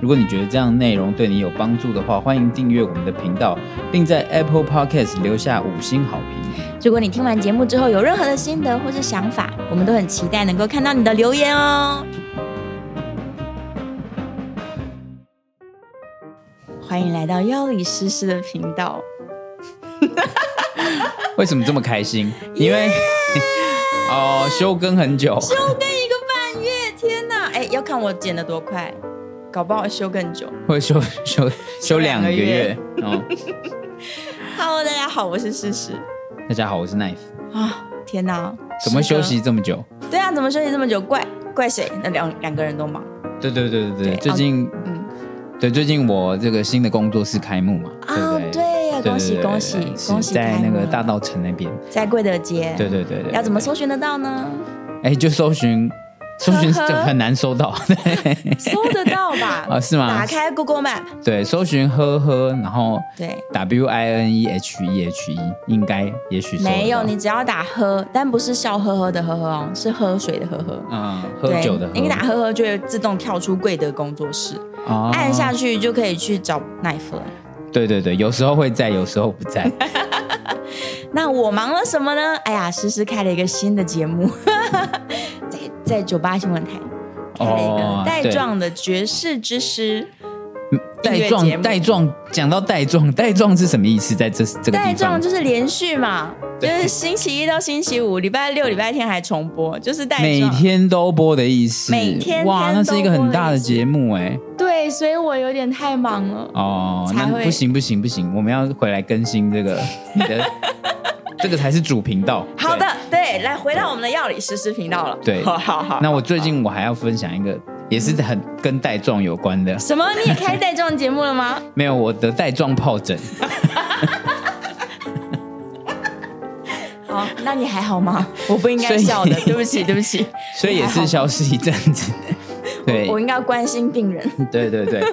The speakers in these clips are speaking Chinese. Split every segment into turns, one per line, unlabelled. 如果你觉得这样内容对你有帮助的话，欢迎订阅我们的频道，并在 Apple Podcast 留下五星好评。
如果你听完节目之后有任何的心得或是想法，我们都很期待能够看到你的留言哦。欢迎来到药理诗诗的频 道。
为什么这么开心？因为哦，休更很久，
休更一个半月，天哪！哎，要看我剪得多快，搞不好休更久。
会休休休两个月
两。
哦，
Hello，大家好，我是诗诗
大家好，我是 Knife，
啊！天哪，
怎么
时隔
休息这么久？
对啊，怎么休息这么久？怪怪谁？那两两个人都忙。
对对对对
对
对，最近
嗯，
对最近我这个新的工作室开幕嘛，对不
哦，
对？
对呀，
对
恭喜
对对
恭喜
对是
恭喜！
在那
开
个
幕
大道城那边。
在贵德街，
对对对对，
要怎么
对？
搜寻得到 呢？
哎，就搜寻，搜 寻
呵呵
很难搜到。
搜得到吧？
啊是吗
打开 Google Map，
对，搜寻呵呵，然后
对，
W I N E H E H E，应该也许搜得到
没有，你只要打喝，但不是笑呵呵的呵呵哦，是喝水的呵呵。
嗯喝
对
酒的喝，
你打呵呵就会自动跳出贵德工作室，
哦
按下去就可以去找 knife 了。
对对对，有时候会在，有时候不 在。
那我忙了什么呢？哎呀，诗诗开了一个新的节目， 在在酒吧新闻台开了一个
哦，
带
对
状的爵士之诗。音
带
乐节目
状带状，讲到带状，带状是什么意思？在这这个
带
地
状
方
就是连续嘛，就
对
是星期一到星期五，礼拜六、礼拜天还重播，就是带
每
状。
天都播的意思。
每天
哇，
天
那是一个
都播
很
的
大
意
的
思
节目哎。
对，所以我有点太忙了。
哦，
才
那
会
不行不行不行，我们要回来更新这个你的， 这个才是主频道。
好
对
的，对，来回到我们的药理实施频道了。
对
好好好。
那我最近我还要分享一个，也是很跟带状有关的。
什么？你也开带状节目了 吗？
没有，我得带状疱疹。
好，那你还好 吗？ 我不应该
所以
笑的，对不起，对不起，
所以也是消失一阵 子。对
我应该要关心病人。
对 对对，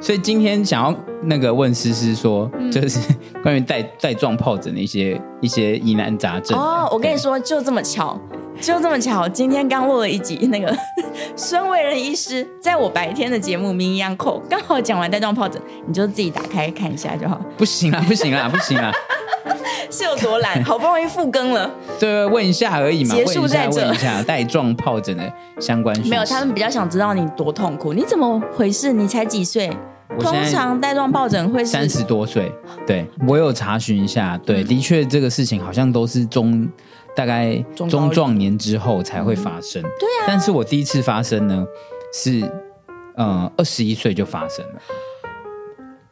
所以今天想要那个问思思说，
嗯
就是关于带带状疱疹的一些一些疑难杂症。
哦，我跟你
对，
说，就这么巧，就这么巧，今天刚录了一集那个 孙伟仁医师，在我白天的节目《名医央叩》，刚好讲完带状疱疹，你就自己打开看一下就好，
不行啦，不行啦，不行啦，
是有多 懒，好不容易复更了，
对，问一下而已嘛，
结
问
束
一下
在这
问一下带状疱疹的相关讯息。
没有，他们比较想知道你多痛苦，你怎么回事？你才几岁？
我现
通
在
常带状疱疹会
三
是
十多岁，
哦
对我有查询一下，
嗯
对，的确这个事情好像都是中大概
中高嗯
中壮年之后才会发生。对啊，但是我第一次发生呢是呃二十一岁就发生了。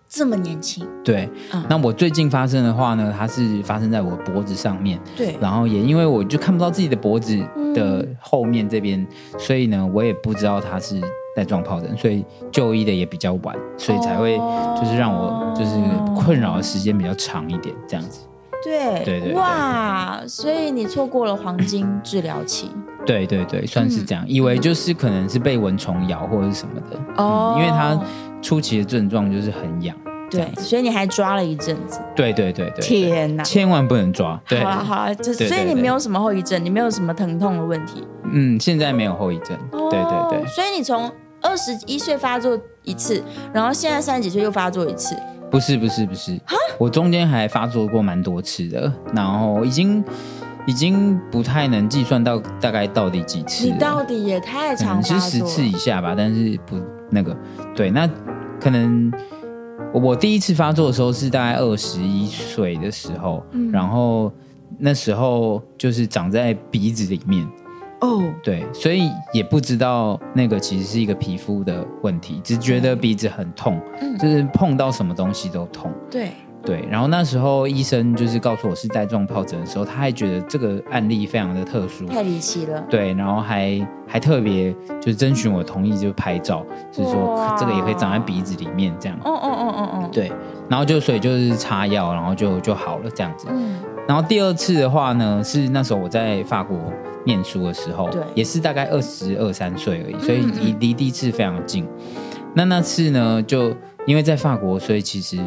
这么年轻，
对，
嗯
那我最近发生的话呢，它是发生在我脖子上面，
对，
然后也因为我就看不到自己的脖子的
嗯
后面这边，所以呢，我也不知道它是带状疱疹，所以就医的也比较晚，所以才会
哦
就是让我就是困扰的时间比较长一点，这样子。
对，
对对
哇，所以你错过了黄金治疗期。
对对对，算是这样，
嗯
以为就是可能是被蚊虫咬或者是什么的，
哦
嗯因为它初期的症状就是很痒。
对，所以你还抓了一阵子，
对对对对对，
天哪！
千万不能抓。对
好，啊了好了，就
对对
所以你
对
没有什么后遗症，你没有什么疼痛的问题。
嗯，现在没有后遗症。对对对
哦，所以你从二十一岁发作一次，然后现在三十几岁又发作一次，
不是不是不是，我中间还发作过蛮多次的，然后已经已经不太能计算到大概到底几次
你
了，
到底也太
可
常
能
发
是
作
十
了。
次以下吧，但是不那个对，那可能我我第一次发作的时候是大概二十一岁的时候，
嗯
然后那时候就是长在鼻子里面，
哦，
对，所以也不知道那个其实是一个皮
嗯
肤的问题，只觉得鼻子很痛，就是碰到什么东西都痛。
对，
对，然后那时候医生就是告诉我是带状疱疹的时候，他还觉得这个案例非常的特殊，
太离奇了。
对，然后还还特别就是征询我同意就拍照，就是说
哇
这个也可以长在鼻子里面这样。
哦哦哦哦哦，
对，然后就所以就是擦药，然后就就好了这样子。
嗯，
然后第二次的话呢，是那时候我在法国念书的时候，
对嗯
也是大概二十二三岁而已，所以离离第一次非常近。那那次呢，就因为在法国，所以其实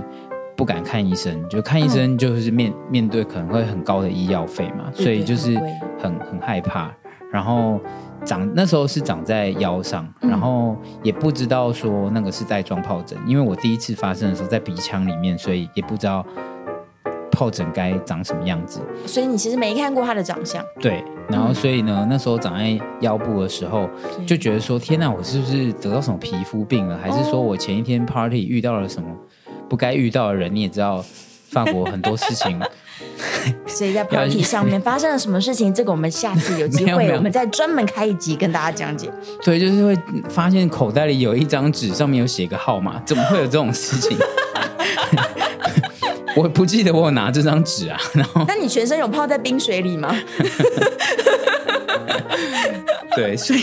不敢看医生，就看医生就是面、面对可能会很高的医药费嘛，
对
所以就是
嗯很贵
很很害怕。然后长那时候是长在腰上，
嗯
然后也不知道说那个是带状疱疹，因为我第一次发生的时候在鼻腔里面，所以也不知道疱疹该长什么样子。
所以你其实没看过他的长相，
对，然后所以呢，那时候长在腰部的时候，就觉得说，天哪，我是不是得到什么皮肤病了？还是说我前一天 party 遇到了什么不该遇到的人？你也知道，法国很多事情
所以在 party 上面发生了什么事 情，这个我们下次有机
没有没
会，
有
我们再专门开一集跟大家讲 解。
对，就是会发现口袋里有一张纸，上面有写个号码，怎么会有这种事情？我不记得我有拿这张纸啊，然后
那你全身有泡在冰水里吗？
对，所以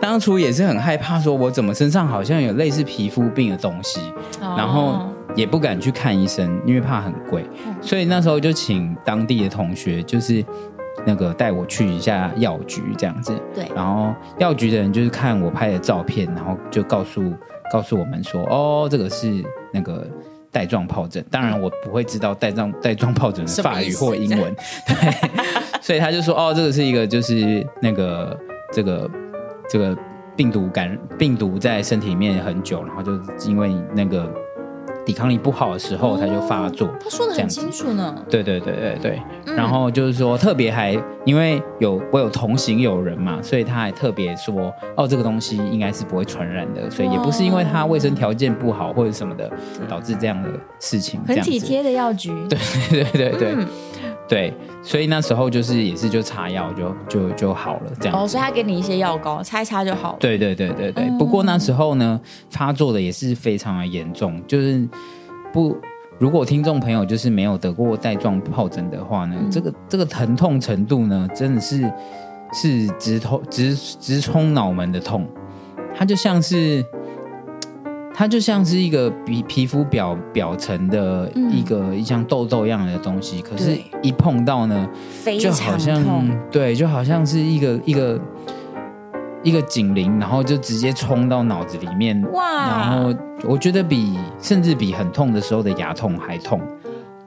当初也是很害怕，说我怎么身上好像有类似皮肤病的东西，
哦
然后也不敢去看医生，因为怕很贵，所以那时候就请当地的同学，就是那个带我去一下药局这样子，
对
然后药局的人就是看我拍的照片，然后就告诉告诉我们说，哦，这个是那个带状疱疹。当然我不会知道带状带状疱疹的法语或英文，对， 所以他就说，哦，这个是一个就是那个这个这个病毒感病毒在身体里面很久，然后就因为那个抵抗力不好的时候，它就发作。
哦他说的很清楚呢。
对对对对对，
嗯
然后就是说特别还因为有我有同行友人嘛，所以他还特别说哦，这个东西应该是不会传染的，所以也不是因为他卫生条件不好或者什么的导致这样的事情，这
嗯很
样子
体，贴的药局，对，
对对对对、对，所以那时候就是也是就擦药就就就好了这样子
哦，所以他给你一些药膏，擦一擦就好了。
对对对对对。不过那时候呢，发作的也是非常的严重，就是不。如果听众朋友就是没有得过带状疱疹的话呢，这个这个疼痛程度呢，真的是是直通直直冲脑门的痛，它就像是它就像是一个皮皮肤表表层的一个、像痘痘一样的东西，可是
对
一碰到呢，
非
就
常
好像
痛，
对，就好像是一个一个一个警铃，然后就直接冲到脑子里面，
哇
然后我觉得比甚至比很痛的时候的牙痛还痛。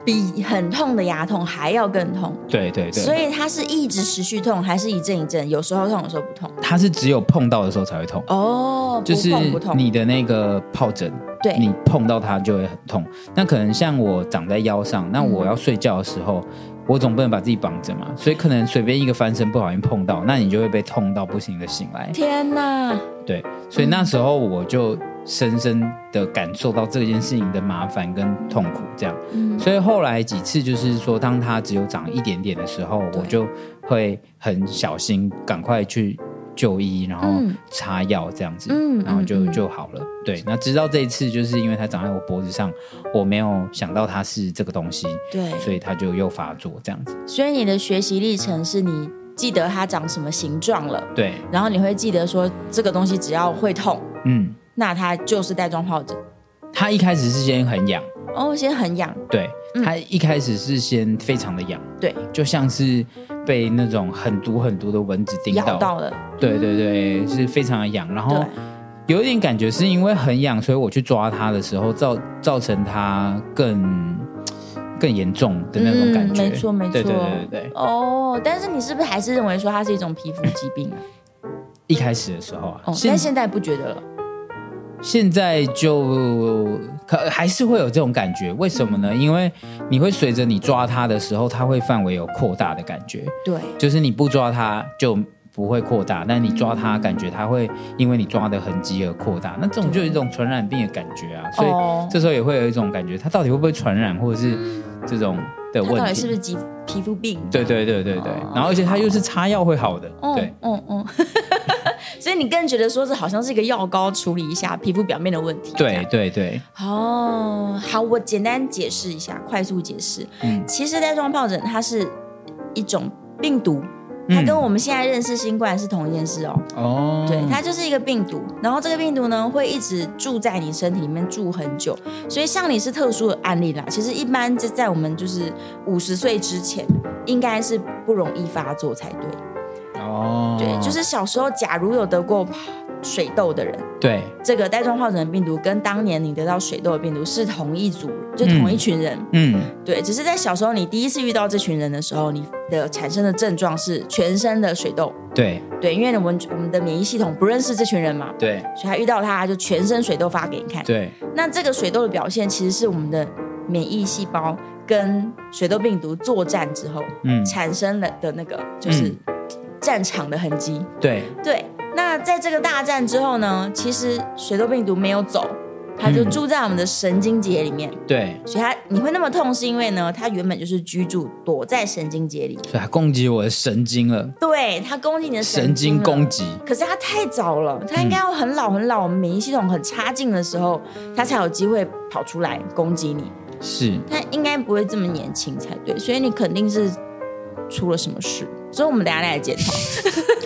比很痛的牙痛还要更痛。
对对对，
所以它是一直持续痛，还是一阵一阵？有时候痛，有时候不痛。
它是只有碰到的时候才会痛，
哦，
就是
不痛不痛，
你的那个疱疹，
对
你碰到它就会很痛。那可能像我长在腰上，
嗯
那我要睡觉的时候。我总不能把自己绑着嘛，所以可能随便一个翻身不小心碰到，那你就会被痛到不行的醒来。
天哪！
对，所以那时候我就深深的感受到这件事情的麻烦跟痛苦，这样。
嗯
所以后来几次就是说，当它只有长一点点的时候，
对
我就会很小心，赶快去就医，然后
嗯
擦药这样子，
嗯
然后就
嗯嗯
就好了。对，那直到这一次，就是因为它长在我脖子上，我没有想到它是这个东西，
对，
所以它就又发作这样子。
所以你的学习历程是你记得它长什么形状了，
对，
然后你会记得说这个东西只要会痛，
嗯，
那它就是带状疱疹。
它一开始是先很痒，
哦，先很痒，
对，
嗯
它一开始是先非常的痒。
对，
就像是被那种很毒很毒的蚊子叮
咬
到，
到了，
对对对，是非常的痒。然后
对
有一点感觉是因为很痒，所以我去抓它的时候造造成它更更严重的那种感
嗯
觉。
没错没错
对对对对对，
哦，但是你是不是还是认为说它是一种皮肤疾病啊？
一开始的时候啊，
哦，
现
但现在不觉得了，
现在就可还是会有这种感觉，为什么呢？因为你会随着你抓它的时候，它会范围有扩大的感觉。
对，
就是你不抓它就不会扩大，但你抓它，感觉它会因为你抓的痕迹而扩大。那这种就有一种传染病的感觉啊，所以
哦
这时候也会有一种感觉，它到底会不会传染，或者是这种
它
的
到
问
底是不
题
是。皮皮肤病？
对对对对对
哦，
然后而且它又是擦药会好的，
嗯
对
嗯嗯， 所以你更觉得说这好像是一个药膏处理一下皮肤表面的问题。这
对
样。
对对，
哦，好，我简单解释一下，快速解释。
嗯
其实带状疱疹它是一种病毒，它
嗯
跟我们现在认识新冠是同一件事哦。
哦，
对，它就是一个病毒，然后这个病毒呢会一直住在你身体里面住很久，所以像你是特殊的案例啦。其实一般就在我们就是五十岁之前，应该是不容易发作才对。
哦，
对，嗯就是小时候假如有得过水痘的人，
对，
这个带状疱疹的病毒跟当年你得到水痘的病毒是同一组，就同一群人。
嗯，
对，只是在小时候你第一次遇到这群人的时候，你的产生的症状是全身的水痘。
对
对，因为我们我们的免疫系统不认识这群人嘛，
对
所以他遇到他就全身水痘发给你看。
对，
那这个水痘的表现其实是我们的免疫细胞跟水痘病毒作战之后
嗯，
产生了的那个就是战场的痕迹。
对
对，那在这个大战之后呢，其实水痘病毒没有走，它就
嗯
住在我们的神经节里面。
对，
所以它你会那么痛，是因为呢，它原本就是居住躲在神经节里，
所以它攻击我的神经了，
对它攻击你的
神
经
经
了
攻击，
可是它太早了，它应该要很老很老，我们免疫系统很差劲的时候，它才有机会跑出来攻击你。
是
它应该不会这么年轻才对，所以你肯定是出了什么事。所以我们等一下来检讨。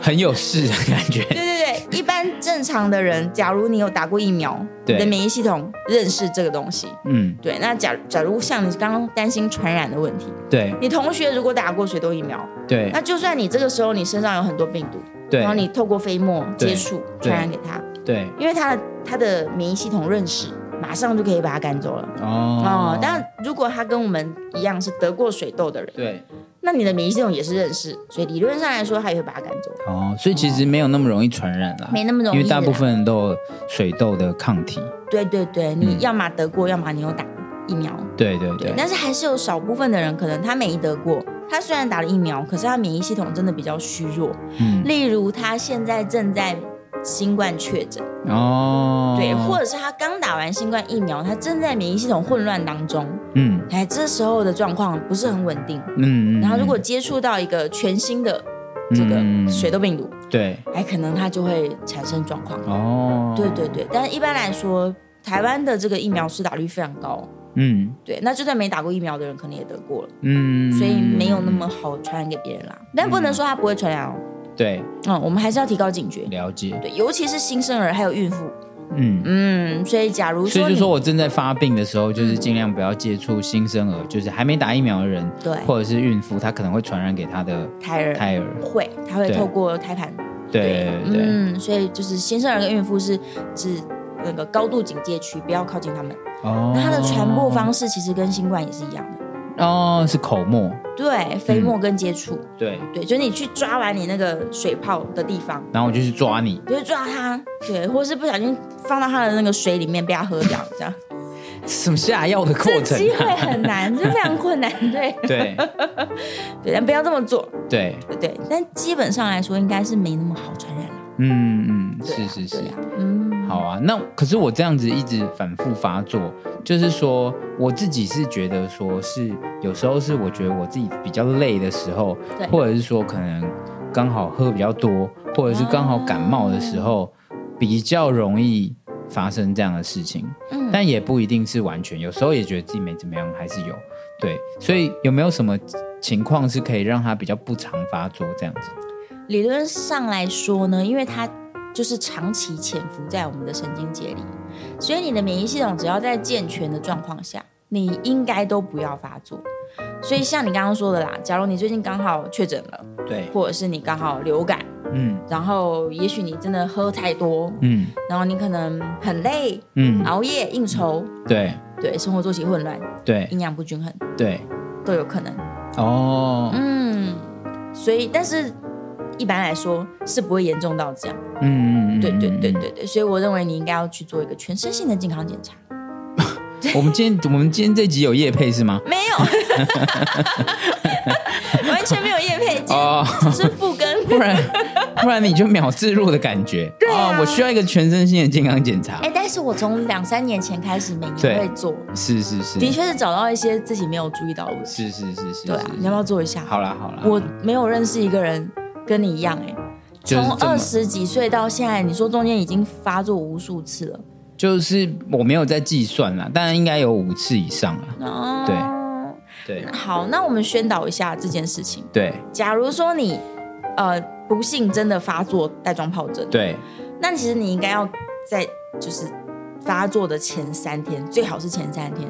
很有事的感觉，
对对对，一般正常的人，假如你有打过疫苗，
对
你的免疫系统认识这个东西。
嗯，
对，那假假如像你刚刚担心传染的问题，
对
你同学如果打过水痘疫苗，
对
那就算你这个时候你身上有很多病毒，哎然后
对
你透过飞沫
对
接触
对
传染给他，
对，
因为他的他的免疫系统认识，马上就可以把它赶走了。
哦
哦，，但如果他跟我们一样是得过水痘的人，
对，
那你的免疫系统也是认识，所以理论上来说，他也会把它赶走，
哦，所以其实没有那么容易传染啦，
没那么容易
因
啦。
为大部分人都有水痘的抗体，
对对对，你要么得过，要么你有打疫苗，
对对
对
嗯对，
但是还是有少部分的人，可能他没得过，他虽然打了疫苗，可是他免疫系统真的比较虚弱。
嗯，
例如他现在正在新冠确诊，
哦，
对，或者是他刚打完新冠疫苗，他正在免疫系统混乱当中，
嗯
哎，这时候的状况不是很稳定。
嗯嗯，
然后如果
嗯
接触到一个全新的这个
嗯
水痘病毒，
对，
哎，可能它就会产生状况。
哦，
对对，对，但是一般来说，台湾的这个疫苗施打率非常高。
嗯
对，那就算没打过疫苗的人，可能也得过了，
嗯，
所以没有那么好传染给别人啦。但不能说它不会传染哦。
对
嗯，我们还是要提高警觉。
了解，
对，尤其是新生儿还有孕妇。
嗯。
嗯，所以假如
所
说
以就
你嗯
说我正在发病的时候，就是尽量不要接触新生儿，就是还没打疫苗的人，
对
或者是孕妇，她可能会传染给她的
胎儿
胎儿。
会，它会
对
透过胎盘
对对对，
嗯，所以就是新生儿跟孕妇是指那个高度警戒区，不要靠近他们。
哦
那它的传播方式其实跟新冠也是一样的，
哦是口沫，
对，飞
嗯
沫跟接触，
对，
对，就是你去抓完你那个水泡的地方，
然后我就去抓你，
就是抓它，对，或是不小心放到它的那个水里面被它喝掉，这样
什么下药的过
这
程
机会
啊？
很难，这非常困难，对，
对
对，但不要这么做，
对，
对对，但基本上来说应该是没那么好传染了，
嗯嗯，
对
是
啊
是
对
是
啊，嗯，
好啊，那可是我这样子一直反复发作，就是说我自己是觉得说是有时候是我觉得我自己比较累的时候
对，
或者是说可能刚好喝比较多，或者是刚好感冒的时候，
嗯
比较容易发生这样的事情。
嗯
但也不一定是完全，有时候也觉得自己没怎么样，还是有。对，所以有没有什么情况是可以让它比较不常发作这样子？
理论上来说呢，因为它就是长期潜伏在我们的神经节里，所以你的免疫系统只要在健全的状况下，你应该都不要发作。所以像你刚刚说的啦，假如你最近刚好确诊了，
对，
或者是你刚好流感，
嗯
然后也许你真的喝太多，
嗯
然后你可能很累，
嗯，
熬夜应酬，
对
对，生活作息混乱，
对
营养不均衡
对，
都有可能。
哦，
嗯，所以但是一般来说是不会严重到这样。
嗯，嗯嗯
对对对，
嗯
对对，所以我认为你应该要去做一个全身性的健康检查。
嗯 我们今天我们今天这集有叶配是吗？
没 有，完全没有叶配，
哦，
只是不跟。
不然不然你就秒自入的感觉。对哦，我需要一个全身性的健康检查
啊哎、。但是我从两三年前开始每
对
年会做，
是是是，
的确是找到一些自己没有注意到的问题。
是是是是，
对啊
是，
你要不要？做一下？
好啦好啦，
我没有认识一个人跟你一样、哎，
就是
从
这么
二十几岁到现在，你说中间已经发作无数次了。
就是我没有在计算啦，但应该有五次以上啦。
哦，
对
好，那我们宣导一下这件事情。
对
假如说你呃不幸真的发作带状疱疹，，
对，
那其实你应该要在就是发作的前三天，最好是前三天，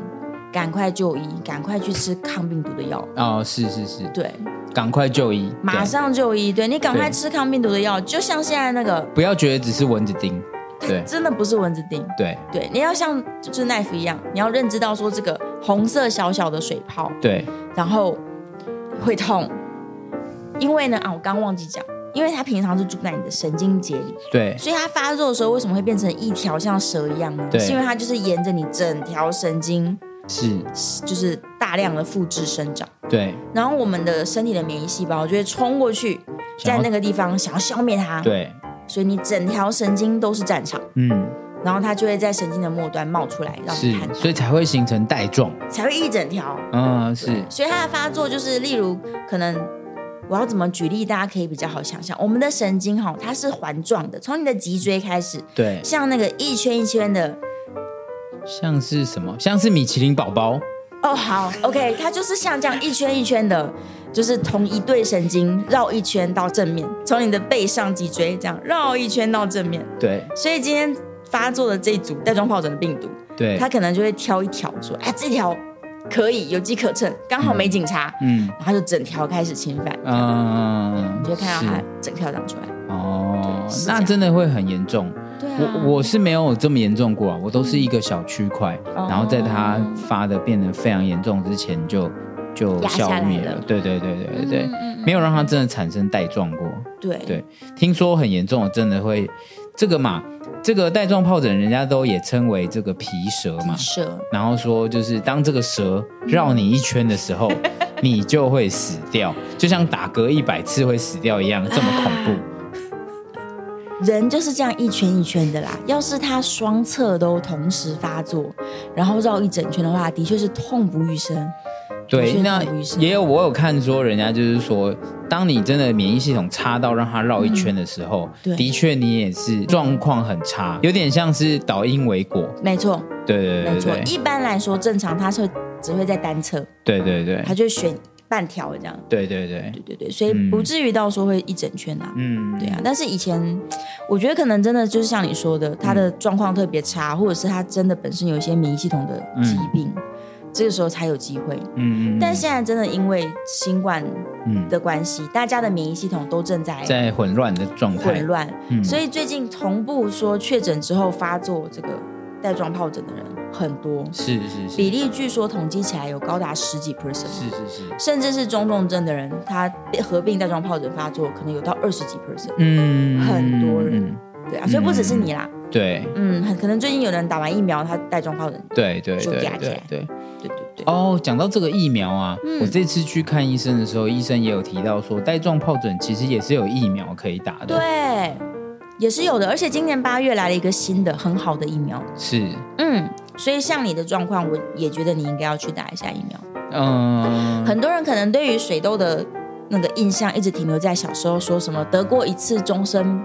赶快就医，赶快去吃抗病毒的药。
哦，是是是，
对，
赶快就医，对
马上就医。对你赶快
对
吃抗病毒的药，就像现在那个，
不要觉得只是蚊子叮，对
真的不是蚊子叮。
对
对，你要像就是奈夫一样，你要认知到说这个红色小小的水泡，
对
然后会痛，因为呢啊，我刚忘记讲，因为它平常是住在你的神经节里，
对
所以它发作的时候为什么会变成一条像蛇一样呢？
对
是因为它就是沿着你整条神经，
是，
就是大量的复制生长，
对
然后我们的身体的免疫细胞就会冲过去，
想
在
要
那个地方想要消灭它，
对，
所以你整条神经都是战场，
嗯
然后它就会在神经的末端冒出来让你看
是，
到，
所以才会形成带状，
才会一整条。
嗯是
所以它的发作就是，例如可能我要怎么举例，大家可以比较好想象。我们的神经哈，它是环状的，从你的脊椎开始，
对，
像那个一圈一圈的。
像是什么？像是米其林宝宝，
哦，好，OK，它就是像这样一圈一圈的，就是同一对神经绕一圈到正面，从你的背上脊椎这样绕一圈到正面。
对
所以今天发作的这一组带状疱疹的病毒，
对
它，可能就会挑一条说，哎，这条可以有机可乘，刚好没警察，
嗯
然后它就整条开始侵犯。
嗯，
你就看到它
是
整条长出来。
哦
对是，这
那
样
真的会很严重。
对啊
我我是没有这么严重过啊，我都是一个小区块，
哦
然后在它发的变得非常严重之前就就
压下
消
来
灭
了
了。对对对对对对
嗯嗯，
没有让它真的产生带状过。
对
对听说很严重的，真的会这个嘛，这个带状疱疹人家都也称为这个皮蛇嘛。
蛇
然后说，就是当这个蛇绕你一圈的 时候，你就会死掉，就像打嗝一百次会死掉一样，这么恐 怖。
人就是这样一圈一圈的啦。要是它双侧都同时发作，然后绕一整圈的话，的确是痛不欲生。
对，
的确
那
痛不欲生
也有我有看说，人家就是说，当你真的免疫系统差到让它绕一圈的时候，
嗯对
的确你也是状况很差，有点像是倒因为果。
没错，
对对
没
对
错。
对
一般来说，正常它是只会在单侧，
对对对对
它就选半条这样。
对对对，
对对对，所以不至于到说会一整圈啊。
嗯，
对啊，但是以前我觉得可能真的就是像你说的，他
嗯
的状况特别差，或者是他真的本身有一些免疫系统的疾病，这个时候才有机会。
嗯嗯嗯，
但现在真的因为新冠
嗯
的关系，大家的免疫系统都正在
在混乱的状态嗯
混，乱，所以最近同步说确诊之后发作这个带状疱疹的人很多，
是是是
比例据说统计起来有高达十几 percent，
是是是，
甚至是中重症的人，他合并带状疱疹发作可能有到二十几 percent。
嗯，
很多人
嗯
对啊，所以不只是你啦，
对
嗯，很可能最近有人打完疫苗，他带状疱疹，
对对
就
对
夹起
对
来
对。
对对对，
哦，讲到这个疫苗啊，
嗯
我这次去看医生的时候，医生也有提到说，带状疱疹其实也是有疫苗可以打的。
对，也是有的。而且今年八月来了一个新的很好的疫苗，
是，
嗯，所以像你的状况，我也觉得你应该要去打一下疫苗。
嗯、
很多人可能对于水痘的那个印象一直停留在小时候说什么得过一次终身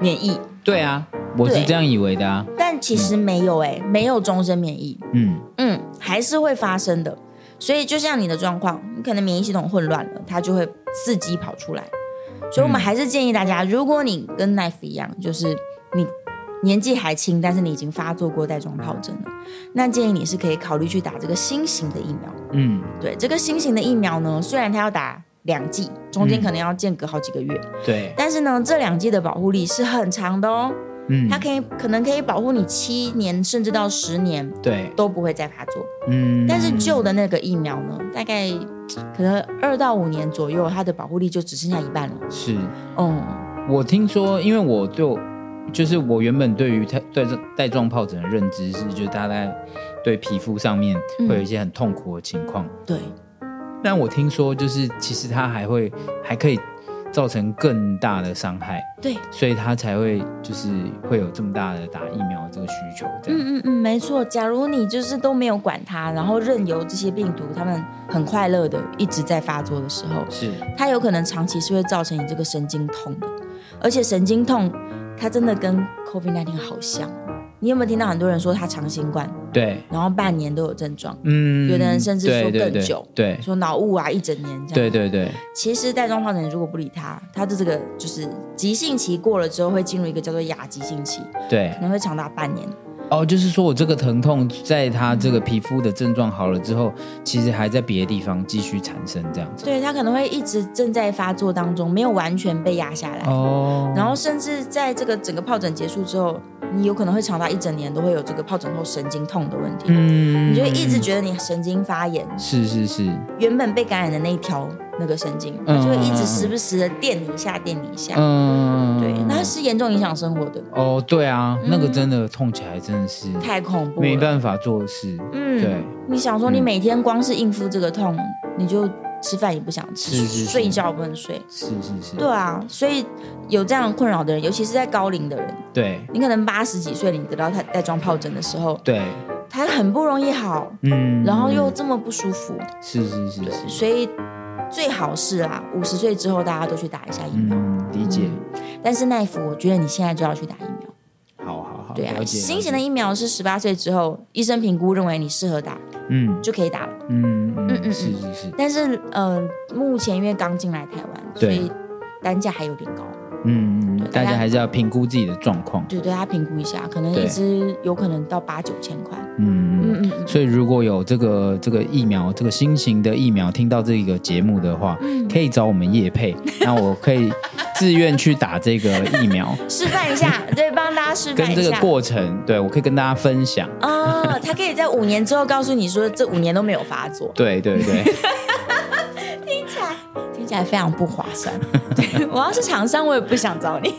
免疫，
对啊，我是
对
这样以为的啊。
但其实没有哎、没有终身免疫，
嗯，
嗯，还是会发生的。所以就像你的状况，你可能免疫系统混乱了，它就会伺机跑出来。所以我们还是建议大家，如果你跟 Knife 一样，就是你年纪还轻，但是你已经发作过带状疱疹了，那建议你是可以考虑去打这个新型的疫苗。
嗯，
对，这个新型的疫苗呢，虽然它要打两剂，中间
嗯
可能要间隔好几个月，
对，
但是呢，这两剂的保护力是很长的哦，
嗯，
它可以可能可以保护你七年甚至到十年
对，
都不会再发作。
嗯，
但是旧的那个疫苗呢，大概可能二到五年左右，它的保护力就只剩下一半了。
是
嗯，
我听说，因为我对，就是我原本对于带带状带状疱疹的认知是，就是大概对皮肤上面会
嗯
有一些很痛苦的情况，
对，
但我听说就是其实它还会还可以造成更大的伤害，
对，
所以它才会就是会有这么大的打疫苗这个需求，这
嗯
样，
嗯嗯，没错。假如你就是都没有管它，然后任由这些病毒它们很快乐的一直在发作的时候，
是
它有可能长期是会造成你这个神经痛的。而且神经痛它真的跟 COVID 1 9好像哦。你有没有听到很多人说他长新冠，
对，
然后半年都有症状，
嗯，
有的人甚至说
对
更久
对嗯
说脑雾啊一整年这样？
对对对对，
其实带状疱疹如果不理它，它的这个就是急性期过了之后，会进入一个叫做亚急性期，
对
可能会长达半年。
哦，就是说我这个疼痛，在他这个皮肤的症状好了之后，其实还在别的地方继续产生这样子。
对，它可能会一直正在发作当中，没有完全被压下来。
哦，
然后甚至在这个整个疱疹结束之后，你有可能会长达一整年都会有这个疱疹后神经痛的问题。
嗯
你就会一直觉得你神经发炎，
是是是，
原本被感染的那一条那个神经，它
嗯
就会一直时不时的电你一下，电你一下。
嗯，
对，那是严重影响生活的，
哦，对啊，
嗯
那个真的痛起来真的是
太恐怖
没
了。
办法做事，
嗯
对，
你想说，你
嗯
每天光是应付这个痛，你就吃饭也不想吃，
是是是
睡觉不能睡。
是是是，
对啊，所以有这样困扰的人，尤其是在高龄的人，
对
你可能八十几岁，你得到带带状疱疹的时候，
对，
它很不容易好，
嗯，
然后又这么不舒服，
是是是是，
所以最好是啊，五十岁之后大家都去打一下疫苗。
嗯，理解，
但是奈福，我觉得你现在就要去打疫苗。
好好好，
对啊
了，解，
新型
了
的疫苗是十八岁之后，医生评估认为你适合打
解，嗯
就可以打了。
嗯
嗯
嗯
嗯
嗯，是是是，
但是呃，目前因为刚进来台湾，所
对
以单价还有点高。
嗯，
对
嗯大
大家
家还是要评估自己的状况，
对，对他评估一下，可能
对
一支有可能到八九千块。
嗯嗯。
嗯嗯嗯，
所以，如果有这个这个疫苗，这个新型的疫苗，听到这个节目的话，
嗯
可以找我们 叶配，那我可以自愿去打这个疫 苗，
示范一 下，对，帮大家示范
跟
一
这个
下。
过程，对我可以跟大家分享。
啊、他可以在五年之后告诉你说，这五年都没有发作，
对对对，
听起来非常不划 算。对我要是厂商，我也不想找你。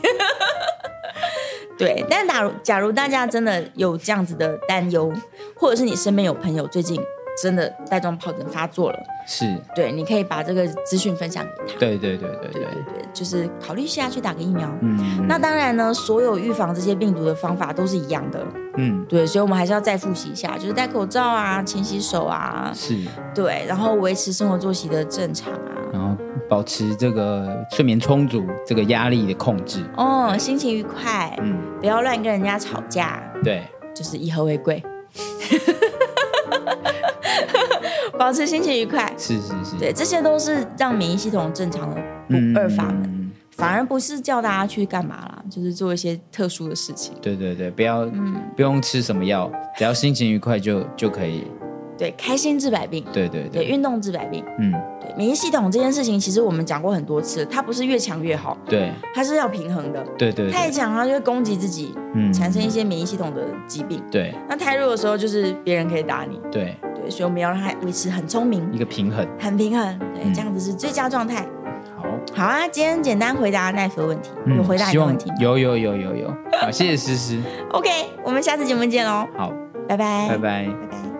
对，但假如假如大家真的有这样子的担忧，或者是你身边有朋友最近真的带状疱疹发作了，
是，
对，你可以把这个资讯分享给他。
对对对对
对
对，
对对，就是考虑一下去打个疫苗。
嗯
那当然呢，所有预防这些病毒的方法都是一样的，
嗯
对，所以我们还是要再复习一下，就是戴口罩啊、勤洗手啊，
是，
对，然后维持生活作息的正常啊，
然后保持这个睡眠充足，这个压力的控制，
哦，心情愉快，
嗯，
不要乱跟人家吵架，
对，
就是以和为贵， 保持心情愉快，
是是是，
对，这些都是让免疫系统正常的
嗯，
不二法门，
门，
反而不是叫大家去干嘛啦，就是做一些特殊的事情，
对对对，不要
嗯
不用吃什么药，只要心情愉快就就可以，
对，开心治百病，
对对
对，
对，
运动治百病。
嗯，
对免疫系统这件事情，其实我们讲过很多次，它不是越强越好，
对
它是要平衡的。
对对
太
对，
强它就会攻击自己，
嗯
产生一些免疫系统的疾病。
对
那太弱的时候，就是别人可以打你。
对
对，所以我们要让它维持很聪明、
一个平衡，
很平衡，对，
嗯
这样子是最佳状态。
好，
好啊，今天简单回答奈飞的问题，
嗯
有回答你
希
的
望
问题吗
有有有有有，好，谢谢诗诗，
？OK，我们下次节目见喽，哦
好，
拜拜，
拜拜。
拜拜。